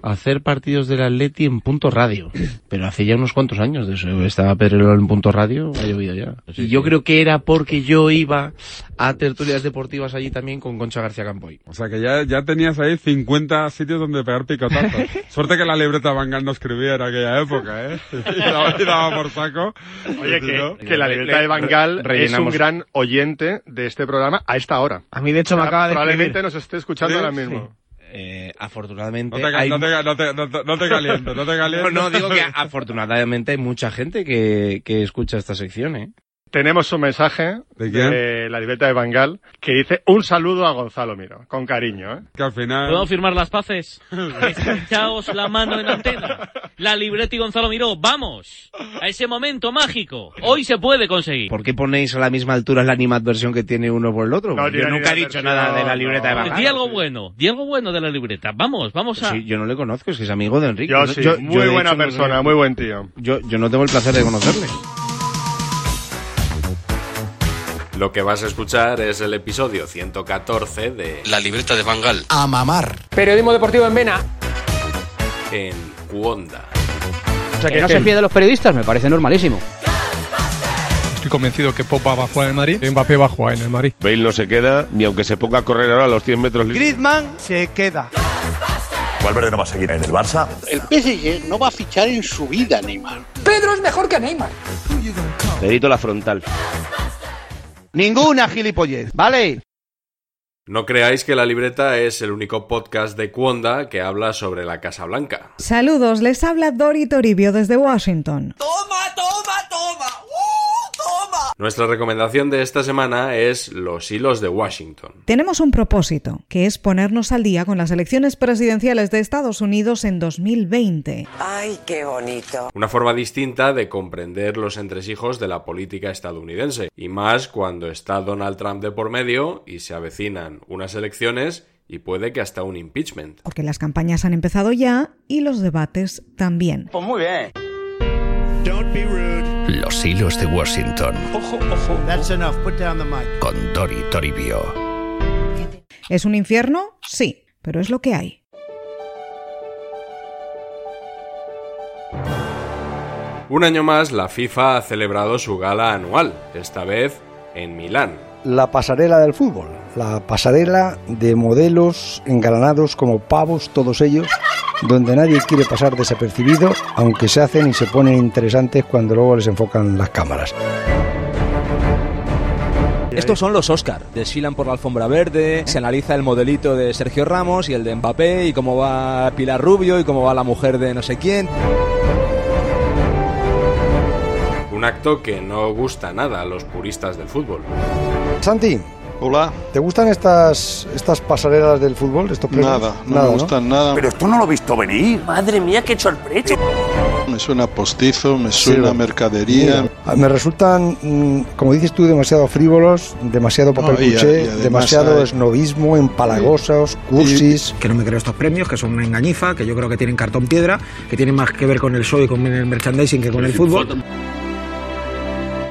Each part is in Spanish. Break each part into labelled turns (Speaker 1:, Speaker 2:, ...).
Speaker 1: hacer partidos del Atleti en punto radio, pero hace ya unos cuantos años de eso. Estaba Pedrerol en punto radio, ha llovido ya. Y yo creo que era porque yo iba a tertulias deportivas allí también con Concha García Campoy.
Speaker 2: O sea que ya, ya tenías ahí 50 sitios donde pegar picotazos. Suerte que la libreta Bangal no escribía en aquella época, ¿eh? Y daba, y daba por saco.
Speaker 3: Oye,
Speaker 2: Sí,
Speaker 3: que,
Speaker 2: ¿no?
Speaker 3: que la libertad de Bangal es un
Speaker 1: rellenamos.
Speaker 3: gran oyente de este programa a esta hora.
Speaker 4: A mí, de hecho, me acaba de
Speaker 3: Probablemente
Speaker 4: escribir.
Speaker 3: nos esté escuchando
Speaker 2: Sí,
Speaker 3: ahora mismo.
Speaker 1: Eh, afortunadamente
Speaker 2: No te, ca-
Speaker 1: hay...
Speaker 2: no, te, ca- no, te, no, te- no te calientes, no te
Speaker 1: No,
Speaker 2: calientes.
Speaker 1: no, digo que afortunadamente hay mucha gente que, que escucha esta sección, ¿eh?
Speaker 3: Tenemos un mensaje
Speaker 2: ¿De quién?
Speaker 3: la libertad de Bangal que dice un saludo a Gonzalo Miro, con cariño. ¿eh?
Speaker 2: Que al final...
Speaker 5: ¿Puedo firmar las paces? Echaos la mano en antena. La libreta y Gonzalo Miró, vamos a ese momento mágico. Hoy se puede conseguir.
Speaker 1: ¿Por qué ponéis a la misma altura la animadversión que tiene uno por el otro?
Speaker 3: No,
Speaker 1: Porque yo
Speaker 3: tiene
Speaker 1: nunca he dicho
Speaker 3: animadversión,
Speaker 1: nada de la libreta de
Speaker 3: no.
Speaker 1: Bangal.
Speaker 5: di algo
Speaker 3: sí.
Speaker 5: bueno, di algo bueno de la libreta. Vamos, vamos a...
Speaker 1: Sí, yo no le conozco, es que es amigo de Enrique.
Speaker 3: Yo
Speaker 1: No,
Speaker 3: sí,
Speaker 1: yo- yo,
Speaker 3: muy
Speaker 1: de
Speaker 3: buena
Speaker 1: hecho, no
Speaker 3: persona,
Speaker 1: sé-
Speaker 3: muy buen tío.
Speaker 1: Yo, yo no tengo el placer de conocerle.
Speaker 6: Lo que vas a escuchar es el episodio 114 de La libreta de Bangal
Speaker 7: A mamar.
Speaker 4: Periodismo deportivo en Vena.
Speaker 6: en Cuonda.
Speaker 4: O
Speaker 3: Eh,
Speaker 4: sea, que, no se fíe de los periodistas me parece normalísimo.
Speaker 2: Estoy convencido que Popa va a jugar en el Madrid. Mbappé va a jugar en el Madrid.
Speaker 3: Bale no se queda, ni aunque se ponga a correr ahora a los 100 metros
Speaker 4: Griezmann se queda.
Speaker 7: Valverde no va a seguir en el Barça.
Speaker 4: El PSG no va a fichar en su vida Neymar. Pedro es mejor que Neymar.
Speaker 3: Perito la frontal.
Speaker 4: Ninguna gilipollez, ¿vale?
Speaker 6: No creáis que La libreta es el único podcast de Cuonda que habla sobre la Casa Blanca.
Speaker 8: Saludos, les habla Dori Toribio desde Washington.
Speaker 6: Nuestra recomendación de esta semana es Los hilos de Washington.
Speaker 8: Tenemos un propósito, que es ponernos al día con las elecciones presidenciales de Estados Unidos en 2020.
Speaker 9: Ay, qué bonito.
Speaker 6: Una forma distinta de comprender los entresijos de la política estadounidense, y más cuando está Donald Trump de por medio y se avecinan unas elecciones y puede que hasta un impeachment.
Speaker 8: Porque las campañas han empezado ya y los debates también.
Speaker 4: Pues muy bien.
Speaker 7: Los hilos de Washington.
Speaker 4: That's enough, put down the mic.
Speaker 7: Con Dori Toribio.
Speaker 8: ¿Es un infierno? Sí, pero es lo que hay.
Speaker 6: Un año más, la FIFA ha celebrado su gala anual, esta vez en Milán.
Speaker 4: La pasarela del fútbol, la pasarela de modelos engalanados como pavos todos ellos, donde nadie quiere pasar desapercibido, aunque se hacen y se ponen interesantes cuando luego les enfocan las cámaras.
Speaker 7: Estos son los Oscar. Desfilan por la alfombra verde, se analiza el modelito de Sergio Ramos y el de Mbappé y cómo va Pilar Rubio y cómo va la mujer de no sé quién.
Speaker 6: Un acto que no gusta nada a los puristas del fútbol.
Speaker 4: Santi,
Speaker 3: Hola.
Speaker 4: ¿te gustan estas, estas pasarelas del fútbol? Estos premios? ¿no?
Speaker 3: nada.
Speaker 7: Pero esto no lo he visto venir.
Speaker 5: Madre mía, qué sorpresa.
Speaker 3: Me suena postizo, me
Speaker 4: suena
Speaker 3: mercadería.
Speaker 4: Mira, ah, Me resultan, mm, como dices tú, demasiado frívolos, demasiado papel
Speaker 3: No, y a-
Speaker 4: cuché,
Speaker 3: y además
Speaker 4: demasiado
Speaker 3: hay-
Speaker 4: esnovismo, empalagosos, cursis.
Speaker 7: Que no me creo estos premios, que son una engañifa, que yo creo que tienen cartón piedra, que tienen más que ver con el show y con el merchandising que con el fútbol.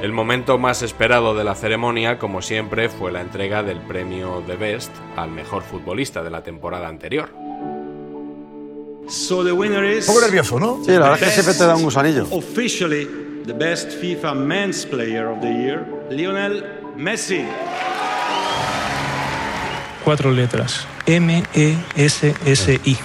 Speaker 6: El momento más esperado de la ceremonia, como siempre, fue la entrega del premio The Best al mejor futbolista de la temporada anterior.
Speaker 7: Un poco nervioso, ¿no?
Speaker 4: Sí, la verdad que siempre te da un gusanillo.
Speaker 10: cuatro letras. M-E-S-S-I.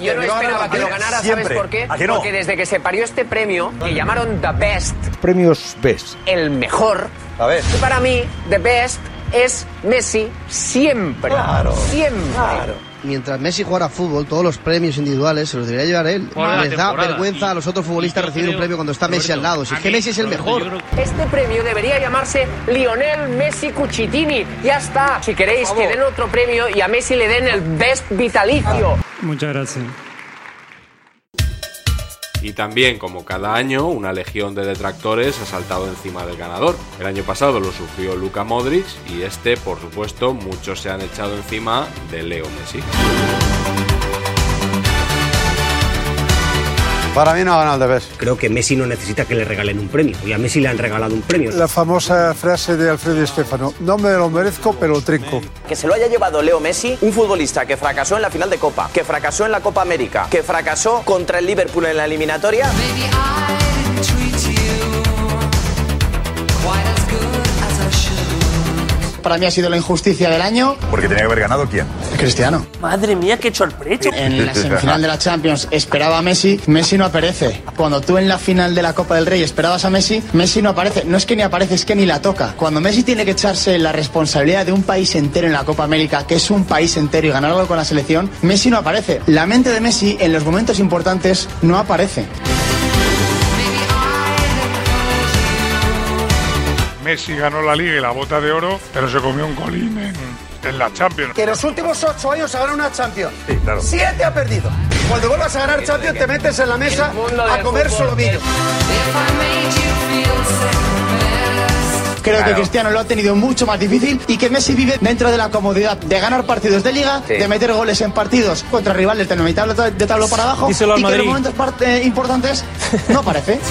Speaker 11: Yo no esperaba que lo ganara, ¿sabes
Speaker 10: Siempre.
Speaker 11: por qué?
Speaker 10: ¿A que no?
Speaker 11: Porque desde que se parió este premio, que llamaron The Best,
Speaker 4: Premios BES.
Speaker 11: el mejor,
Speaker 4: A ver.
Speaker 11: y para mí The Best es Messi siempre.
Speaker 1: Claro.
Speaker 11: Siempre.
Speaker 1: Mientras Messi jugara fútbol, todos los premios individuales se los debería llevar él.
Speaker 11: Por la
Speaker 1: Les da
Speaker 11: temporada.
Speaker 1: vergüenza a los otros futbolistas recibir un premio cuando está Messi al lado. Si es que Messi es el mejor.
Speaker 11: Este premio debería llamarse Lionel Messi Cucitini. Ya está. Si queréis que den otro premio y a Messi le den el Best Vitalicio.
Speaker 10: Muchas gracias.
Speaker 6: Y también, como cada año, una legión de detractores ha saltado encima del ganador. El año pasado lo sufrió Luka Modric y este, por supuesto, muchos se han echado encima de Leo Messi.
Speaker 12: Para mí no ha ganado el Best. Creo que Messi no necesita que le regalen un premio. Y a Messi le han regalado un premio.
Speaker 13: La famosa frase de Alfredo Estefano, no me lo merezco, pero trinco.
Speaker 14: Que se lo haya llevado Leo Messi, un futbolista que fracasó en la final de Copa, que fracasó en la Copa América, que fracasó contra el Liverpool en la eliminatoria.
Speaker 1: Para mí ha sido la injusticia del año.
Speaker 15: Porque tenía que haber ganado quién.
Speaker 1: Cristiano.
Speaker 14: Madre mía, qué sorpresa.
Speaker 1: En la semifinal de la Champions esperaba a Messi, Messi no aparece. Cuando tú en la final de la Copa del Rey esperabas a Messi, Messi no aparece. No es que ni aparece, es que ni la toca. Cuando Messi tiene que echarse la responsabilidad de un país entero en la Copa América, que es un país entero, y ganar algo con la selección, Messi no aparece. La mente de Messi en los momentos importantes no aparece.
Speaker 2: Messi ganó la liga y la bota de oro, pero se comió un colín en, en la Champions.
Speaker 13: Que en los últimos ocho años ha ganado una Champions.
Speaker 2: Sí, claro.
Speaker 13: Siete ha perdido. Cuando vuelvas a ganar Champions te metes en la mesa a comer solomillo.
Speaker 1: Creo que Cristiano lo ha tenido mucho más difícil y que Messi vive dentro de la comodidad de ganar partidos de liga,
Speaker 16: Sí.
Speaker 1: de meter goles en partidos contra rivales de mitad de tablo para abajo
Speaker 16: Díselo al
Speaker 1: y que en los
Speaker 16: Madrid.
Speaker 1: momentos part- eh, importantes no aparece.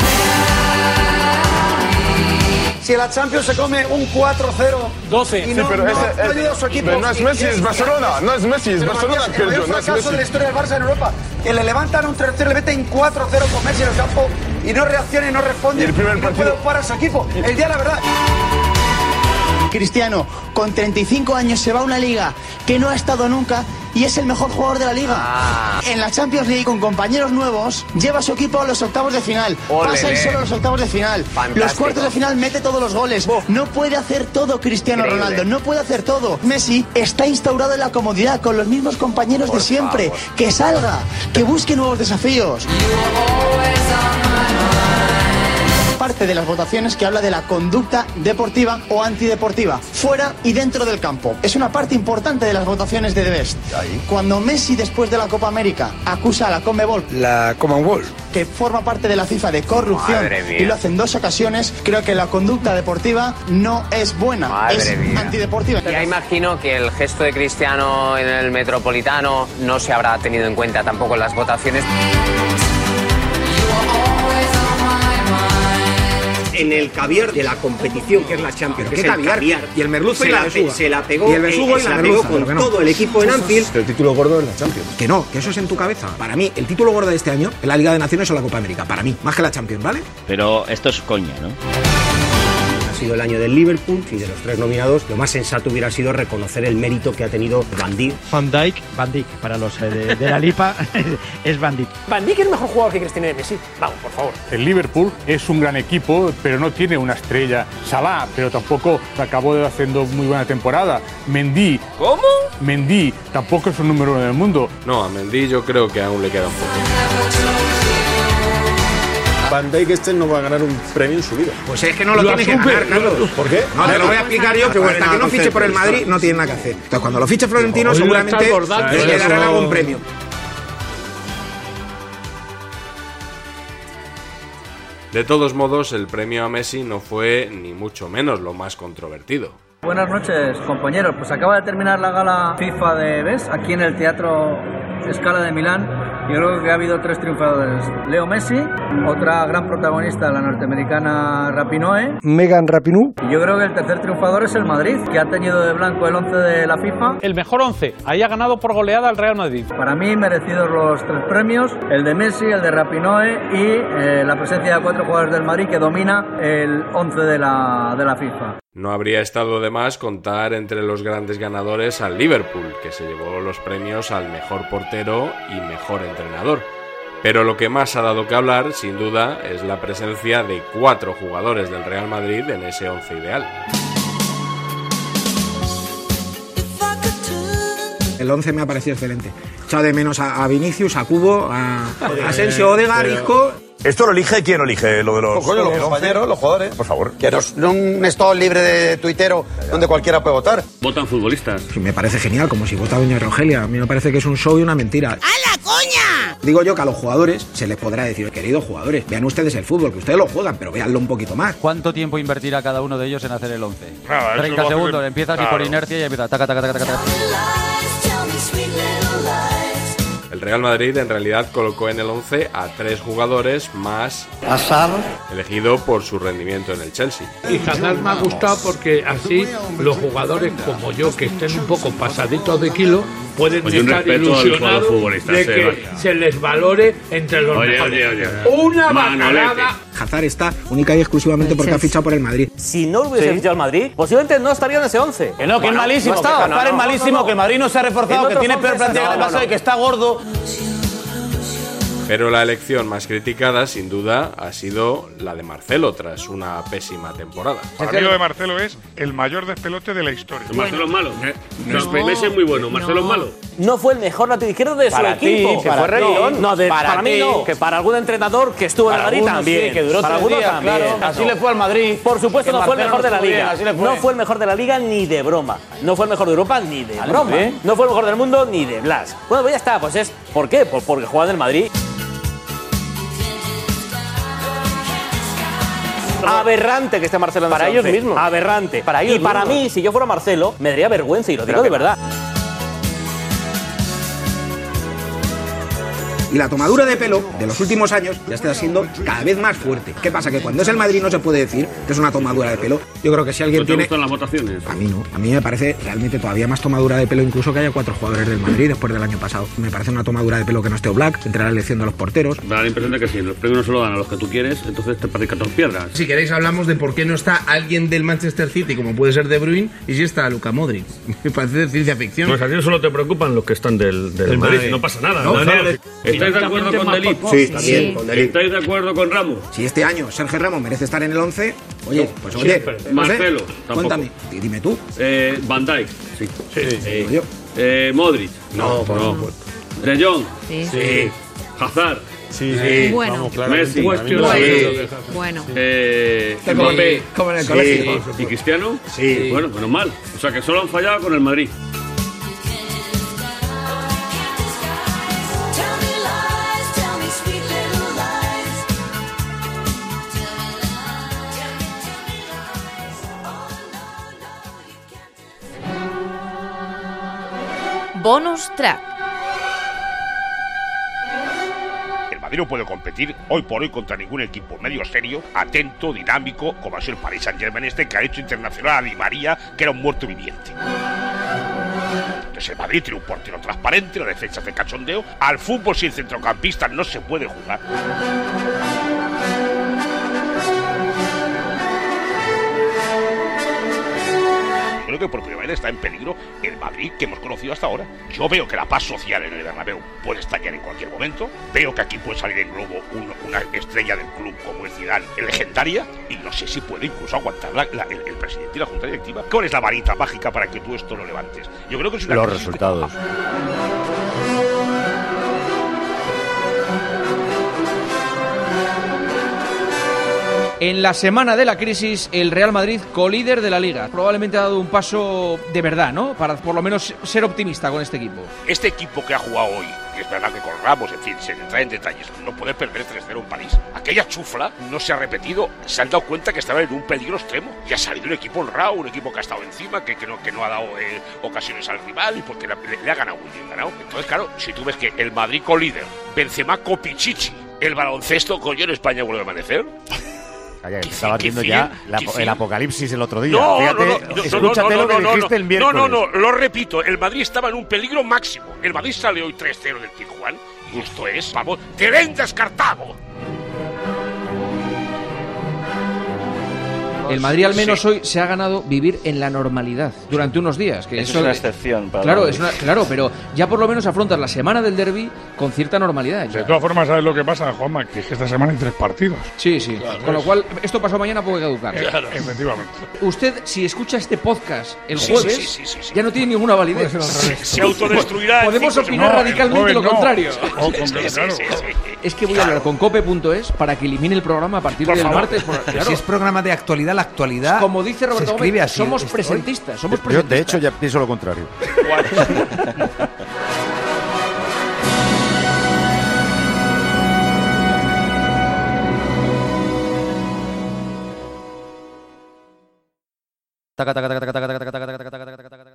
Speaker 13: Si la Champions se come un 4-0. 12.
Speaker 17: Sí, pero ese- ese- pero no es Messi, es Barcelona, no es Messi, es Barcelona que
Speaker 13: El mayor
Speaker 17: perdió, no es
Speaker 13: fracaso
Speaker 17: Messi.
Speaker 13: de la historia del Barça en Europa. Que le levantan un 3-0, le meten 4-0 con Messi en el campo y no reacciona y no responde. Y el primer partido. No puede jugar a su equipo. El día, de la verdad.
Speaker 1: Cristiano, con 35 años, se va a una liga que no ha estado nunca y es el mejor jugador de la liga.
Speaker 14: Ah.
Speaker 1: En la Champions League, con compañeros nuevos, lleva a su equipo a los octavos de final.
Speaker 14: Ole,
Speaker 1: Pasa él
Speaker 14: eh.
Speaker 1: solo a los octavos de final.
Speaker 14: Fantástico.
Speaker 1: Los cuartos de final mete todos los goles. No puede hacer todo Cristiano
Speaker 14: Increíble.
Speaker 1: Ronaldo, no puede hacer todo. Messi está instaurado en la comodidad con los mismos compañeros de siempre. Que salga, que busque nuevos desafíos. parte de las votaciones que habla de la conducta deportiva o antideportiva, fuera y dentro del campo. Es una parte importante de las votaciones de The Best. Cuando Messi, después de la Copa América, acusa a la Conmebol,
Speaker 4: La Commonwealth.
Speaker 1: que forma parte de la FIFA de corrupción,
Speaker 4: Madre mía.
Speaker 1: y lo hace en dos ocasiones, creo que la conducta deportiva no es buena, es antideportiva.
Speaker 11: Ya imagino que el gesto de Cristiano en el Metropolitano no se habrá tenido en cuenta tampoco en las votaciones.
Speaker 12: En el caviar de la competición, que es la Champions.
Speaker 11: qué
Speaker 12: que es el
Speaker 11: caviar?
Speaker 12: caviar. Y el merluzo
Speaker 11: Se
Speaker 12: y la
Speaker 11: la pe-
Speaker 12: versuga.
Speaker 11: se la pegó,
Speaker 12: Y el versugo
Speaker 11: eh,
Speaker 12: y
Speaker 11: se
Speaker 12: la
Speaker 11: la
Speaker 12: merluza,
Speaker 11: pegó
Speaker 12: pero
Speaker 11: con
Speaker 12: que no.
Speaker 11: todo el equipo en Anfield.
Speaker 12: El título gordo en la Champions. Que no, que eso es en tu cabeza. Para mí, el título gordo de este año es la Liga de Naciones o la Copa América. Para mí, más que la Champions, ¿vale?
Speaker 18: Pero esto es coña, ¿no?
Speaker 12: Ha sido el año del Liverpool y de los tres nominados, lo más sensato hubiera sido reconocer el mérito que ha tenido Van Dijk.
Speaker 19: Van Dijk, Van Dijk, para los eh, de, de la Lipa, es Van Dijk.
Speaker 11: Van Dijk es mejor jugador que Cristiano y Messi. Vamos, por favor.
Speaker 2: El Liverpool es un gran equipo, pero no tiene una estrella. Salah, pero tampoco acabó haciendo muy buena temporada. Mendy. ¿Cómo? Mendy tampoco es un número uno del mundo.
Speaker 6: No, a Mendy yo creo que aún le queda un poco.
Speaker 20: Van Dijk este no va a ganar un premio en su vida.
Speaker 12: Pues es que no lo, tiene que ganar, Carlos.
Speaker 20: ¿Por qué?
Speaker 12: No, te lo voy a explicar yo, que hasta que no fiche por el Madrid no tiene nada que hacer. Entonces, cuando lo fiche Florentino,
Speaker 20: pues, Hoy lo está
Speaker 12: seguramente
Speaker 20: engordando.
Speaker 12: le darán
Speaker 20: Eso-
Speaker 12: algún premio.
Speaker 6: De todos modos, el premio a Messi no fue ni mucho menos lo más controvertido.
Speaker 21: Buenas noches, compañeros. Pues acaba de terminar la gala FIFA de BES aquí en el Teatro Escala de Milán. Yo creo que ha habido tres triunfadores. Leo Messi, otra gran protagonista, la norteamericana Rapinoe.
Speaker 4: Megan Rapinoe.
Speaker 21: Y yo creo que el tercer triunfador es el Madrid, que ha tenido de blanco el 11 de la FIFA. El mejor 11. Ahí ha ganado por goleada el Real Madrid. Para mí, merecidos los tres premios. El de Messi, el de Rapinoe y eh, la presencia de cuatro jugadores del Madrid que domina el 11 de la, de la FIFA.
Speaker 6: No habría estado de más contar entre los grandes ganadores al Liverpool, que se llevó los premios al mejor portero y mejor entrenador. Pero lo que más ha dado que hablar, sin duda, es la presencia de cuatro jugadores del Real Madrid en ese once ideal.
Speaker 7: El 11 me ha parecido excelente. Echado de menos a, a Vinicius, a Cubo, a a Asensio, Odegaard, Isco.
Speaker 22: ¿Esto lo elige? ¿Quién lo elige? Lo de los,
Speaker 1: Coño, los
Speaker 22: del once?
Speaker 1: compañeros, los jugadores.
Speaker 22: Por favor.
Speaker 1: Que no es no un estado libre de tuitero donde cualquiera puede votar.
Speaker 7: Votan futbolistas. Me parece genial, como si vota Doña Rogelia. A mí me parece que es un show y una mentira.
Speaker 23: ¡Hala, coña!
Speaker 7: Digo yo que a los jugadores se les podrá decir, queridos jugadores, vean ustedes el fútbol, que ustedes lo juegan, pero veanlo un poquito más.
Speaker 23: ¿Cuánto tiempo invertirá cada uno de ellos en hacer el 11?
Speaker 7: Nada, eso
Speaker 23: 30
Speaker 7: lo hace-
Speaker 23: segundos, empiezas y por
Speaker 6: claro.
Speaker 23: inercia y empiezas. Taca, taca, taca, taca, taca.
Speaker 6: El Real Madrid en realidad colocó en el 11 a tres jugadores más
Speaker 24: Hazard.
Speaker 6: elegido por su rendimiento en el Chelsea.
Speaker 24: Y Hazard me ha gustado porque así los jugadores como yo, que estén un poco pasaditos de kilo, pueden
Speaker 16: Oye, un
Speaker 24: estar
Speaker 16: respeto a los
Speaker 24: ilusionados
Speaker 16: futbolistas,
Speaker 24: de
Speaker 16: eh,
Speaker 24: que
Speaker 16: Vasca.
Speaker 24: se les valore entre los
Speaker 16: Oye,
Speaker 24: mejores.
Speaker 16: oye, oye.
Speaker 24: Una
Speaker 16: Manolete.
Speaker 24: bacalada.
Speaker 7: Hazard está única y exclusivamente
Speaker 25: Pues
Speaker 7: porque ha fichado por el Madrid.
Speaker 16: Si no hubiese fichado al Madrid, posiblemente no estaría en ese 11.
Speaker 5: Que no, que es malísimo, que Hazard es malísimo, que el Madrid no se ha reforzado, que tiene peor plantilla que el Barça y que está gordo.
Speaker 6: Pero la elección más criticada, sin duda, ha sido la de Marcelo tras una pésima temporada.
Speaker 2: Para mí lo de Marcelo es el mayor despelote de la historia.
Speaker 16: Marcelo es malo.
Speaker 2: No.
Speaker 16: No, Messi es muy bueno, Marcelo es malo. No fue el mejor lateral izquierdo de
Speaker 5: Para
Speaker 16: su
Speaker 5: ti,
Speaker 16: equipo.
Speaker 5: que fue
Speaker 16: no,
Speaker 5: Reguilón.
Speaker 16: No, de-
Speaker 5: Para
Speaker 16: para, mí
Speaker 5: ti.
Speaker 16: no. Que para algún entrenador que estuvo en
Speaker 5: Para
Speaker 16: Madrid
Speaker 5: algunos
Speaker 16: también.
Speaker 5: sí, que duró
Speaker 16: para
Speaker 5: tres
Speaker 16: algunos
Speaker 5: días,
Speaker 16: también.
Speaker 5: claro. Así le fue al Madrid.
Speaker 16: Por supuesto,
Speaker 5: Que
Speaker 16: no fue el
Speaker 5: Marcelo
Speaker 16: mejor de la
Speaker 5: no estuvo
Speaker 16: liga.
Speaker 5: bien, así le fue.
Speaker 16: No fue el mejor de la liga ni de broma. No fue el mejor de Europa ni de
Speaker 5: Al
Speaker 16: broma.
Speaker 5: Madrid.
Speaker 16: No fue el mejor del mundo ni de Blas. Bueno, pues ya está. Pues es. ¿Por qué? Por- porque juega en el Madrid. Aberrante que esté Marcelo en
Speaker 5: Para
Speaker 16: ese
Speaker 5: ellos
Speaker 16: once.
Speaker 5: mismos.
Speaker 16: Aberrante.
Speaker 5: Para
Speaker 16: y
Speaker 5: ellos
Speaker 16: para
Speaker 5: mismos.
Speaker 16: mí, si yo fuera Marcelo, me daría vergüenza y lo digo de verdad.
Speaker 7: Y la tomadura de pelo de los últimos años ya está siendo cada vez más fuerte. ¿Qué pasa? Que cuando es el Madrid no se puede decir que es una tomadura de pelo. Yo creo que si alguien tiene.
Speaker 16: las votaciones?
Speaker 7: A mí no. A mí me parece realmente todavía más tomadura de pelo incluso que haya cuatro jugadores del Madrid después del año pasado. Me parece una tomadura de pelo que no esté Black, entre la elección de los porteros.
Speaker 16: Da la impresión de que si los premios no se lo dan a los que tú quieres, entonces te parece que todos pierdas.
Speaker 2: Si queréis hablamos de por qué no está alguien del Manchester City, como puede ser De Bruyne, y si está Luca Modric. Me parece de ciencia ficción.
Speaker 16: Pues a ti solo te preocupan los que están del, del
Speaker 2: Del
Speaker 16: Madrid,
Speaker 2: Madrid.
Speaker 16: no pasa nada.
Speaker 2: No,
Speaker 16: Daniel.
Speaker 2: claro.
Speaker 16: ¿Estáis de acuerdo con Delit?
Speaker 7: Sí, también, Sí. con Delit.
Speaker 16: ¿Estáis de acuerdo con Ramos?
Speaker 7: Si este año Sergio Ramos merece estar en el 11, oye,
Speaker 16: No,
Speaker 7: pues oye,
Speaker 16: siempre.
Speaker 7: no sé,
Speaker 16: Marcelo, tampoco.
Speaker 7: cuéntame, di- dime tú.
Speaker 16: Eh, Van Dijk. Sí. Eh, eh, Modric.
Speaker 7: No, por
Speaker 16: De Jong.
Speaker 9: Sí.
Speaker 16: Hazard. Sí,
Speaker 9: Bueno. Vamos, claramente.
Speaker 16: Messi.
Speaker 9: Bueno. Bueno.
Speaker 16: Eh,
Speaker 2: Está como
Speaker 16: Mbappé.
Speaker 2: en- como en el
Speaker 16: Sí.
Speaker 2: colegio.
Speaker 16: ¿Y Cristiano? Sí. Bueno, menos mal. O sea que solo han fallado con el Madrid.
Speaker 9: Bonus track.
Speaker 3: El Madrid no puede competir hoy por hoy contra ningún equipo medio serio, atento, dinámico, como ha sido el Paris Saint-Germain este, que ha hecho internacional a Di María, que era un muerto viviente. Entonces el Madrid tiene un portero transparente, la defensa de cachondeo. Al fútbol sin centrocampista no se puede jugar. Yo creo que por primera vez está en peligro el Madrid que hemos conocido hasta ahora. Yo veo que la paz social en el Bernabéu puede estallar en cualquier momento. Veo que aquí puede salir en globo un- una estrella del club como es Zidane, legendaria. Y no sé si puede incluso aguantar la- la- el, el presidente y la junta directiva. ¿Cuál es la varita mágica para que tú esto lo levantes? Yo creo que es una
Speaker 2: Los
Speaker 3: crisis de-
Speaker 2: resultados.
Speaker 26: En la semana de la crisis, el Real Madrid colíder de la liga. Probablemente ha dado un paso de verdad, ¿no? Para por lo menos ser optimista con este equipo.
Speaker 3: Este equipo que ha jugado hoy, y es verdad que con Ramos, en fin, se le traen detalles, no poder perder 3-0 en París. Aquella chufla no se ha repetido, se han dado cuenta que estaban en un peligro extremo y ha salido un equipo honrado, un equipo que ha estado encima, que, que no, que no ha dado eh, ocasiones al rival y porque la- le, le ha ganado muy bien ganado. Entonces, claro, si tú ves que el Madrid co-líder, Benzema copichichi, el baloncesto coño en España vuelve a amanecer,
Speaker 2: Calla, que estaba
Speaker 3: sí,
Speaker 2: viendo
Speaker 3: que
Speaker 2: ya
Speaker 3: sí,
Speaker 2: la-
Speaker 3: que sí.
Speaker 2: el apocalipsis el otro día.
Speaker 3: No,
Speaker 2: Fíjate,
Speaker 3: no, no, no,
Speaker 2: escúchate
Speaker 3: no, no,
Speaker 2: lo que
Speaker 3: no, no,
Speaker 2: dijiste el
Speaker 3: no,
Speaker 2: miércoles.
Speaker 3: No, no, no, lo repito, el Madrid estaba en un peligro máximo. El Madrid sale hoy 3-0 del Tijuán y esto es, vamos, ¡te vendas Cartago!
Speaker 7: El Madrid al menos hoy se ha ganado vivir en la normalidad durante unos días. Que
Speaker 9: Eso
Speaker 7: eso-
Speaker 9: es una excepción para
Speaker 7: claro,
Speaker 9: Madrid.
Speaker 7: es una- claro, pero ya por lo menos afrontas la semana del derby con cierta normalidad. ya.
Speaker 27: De todas formas, ¿sabes lo que pasa, Juanma? Que es que esta semana hay tres partidos.
Speaker 7: Sí, sí. Con lo cual, esto pasó mañana puede caducar.
Speaker 27: Claro. Efectivamente.
Speaker 7: Usted, si escucha este podcast el
Speaker 27: Sí,
Speaker 7: jueves,
Speaker 27: sí, sí,
Speaker 7: ya no tiene ninguna validez.
Speaker 27: Puede ser al revés.
Speaker 3: Se autodestruirá en
Speaker 7: Podemos
Speaker 3: cinco
Speaker 7: opinar
Speaker 3: segundos.
Speaker 7: radicalmente
Speaker 27: El jueves
Speaker 7: lo
Speaker 27: no.
Speaker 7: contrario.
Speaker 27: Oh, con- claro.
Speaker 7: Es que voy a hablar con cope.es para que elimine el programa a partir
Speaker 28: Por
Speaker 7: del
Speaker 28: favor.
Speaker 7: martes. por-
Speaker 28: Que
Speaker 7: claro.
Speaker 28: Si es programa de actualidad, la actualidad.
Speaker 7: Como dice Roberto
Speaker 28: se escribe
Speaker 7: Gómez,
Speaker 28: así.
Speaker 7: somos
Speaker 28: Estoy-
Speaker 7: presentistas, somos
Speaker 28: Yo,
Speaker 25: De hecho, ya pienso lo contrario.
Speaker 10: Taca, taca, taca, taca, taca, taca, taca, taca, taca, taca, taca, taca, taca.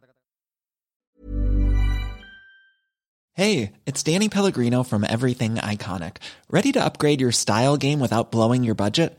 Speaker 29: Hey, it's Danny Pellegrino from Everything Iconic. Ready to upgrade your style game without blowing your budget?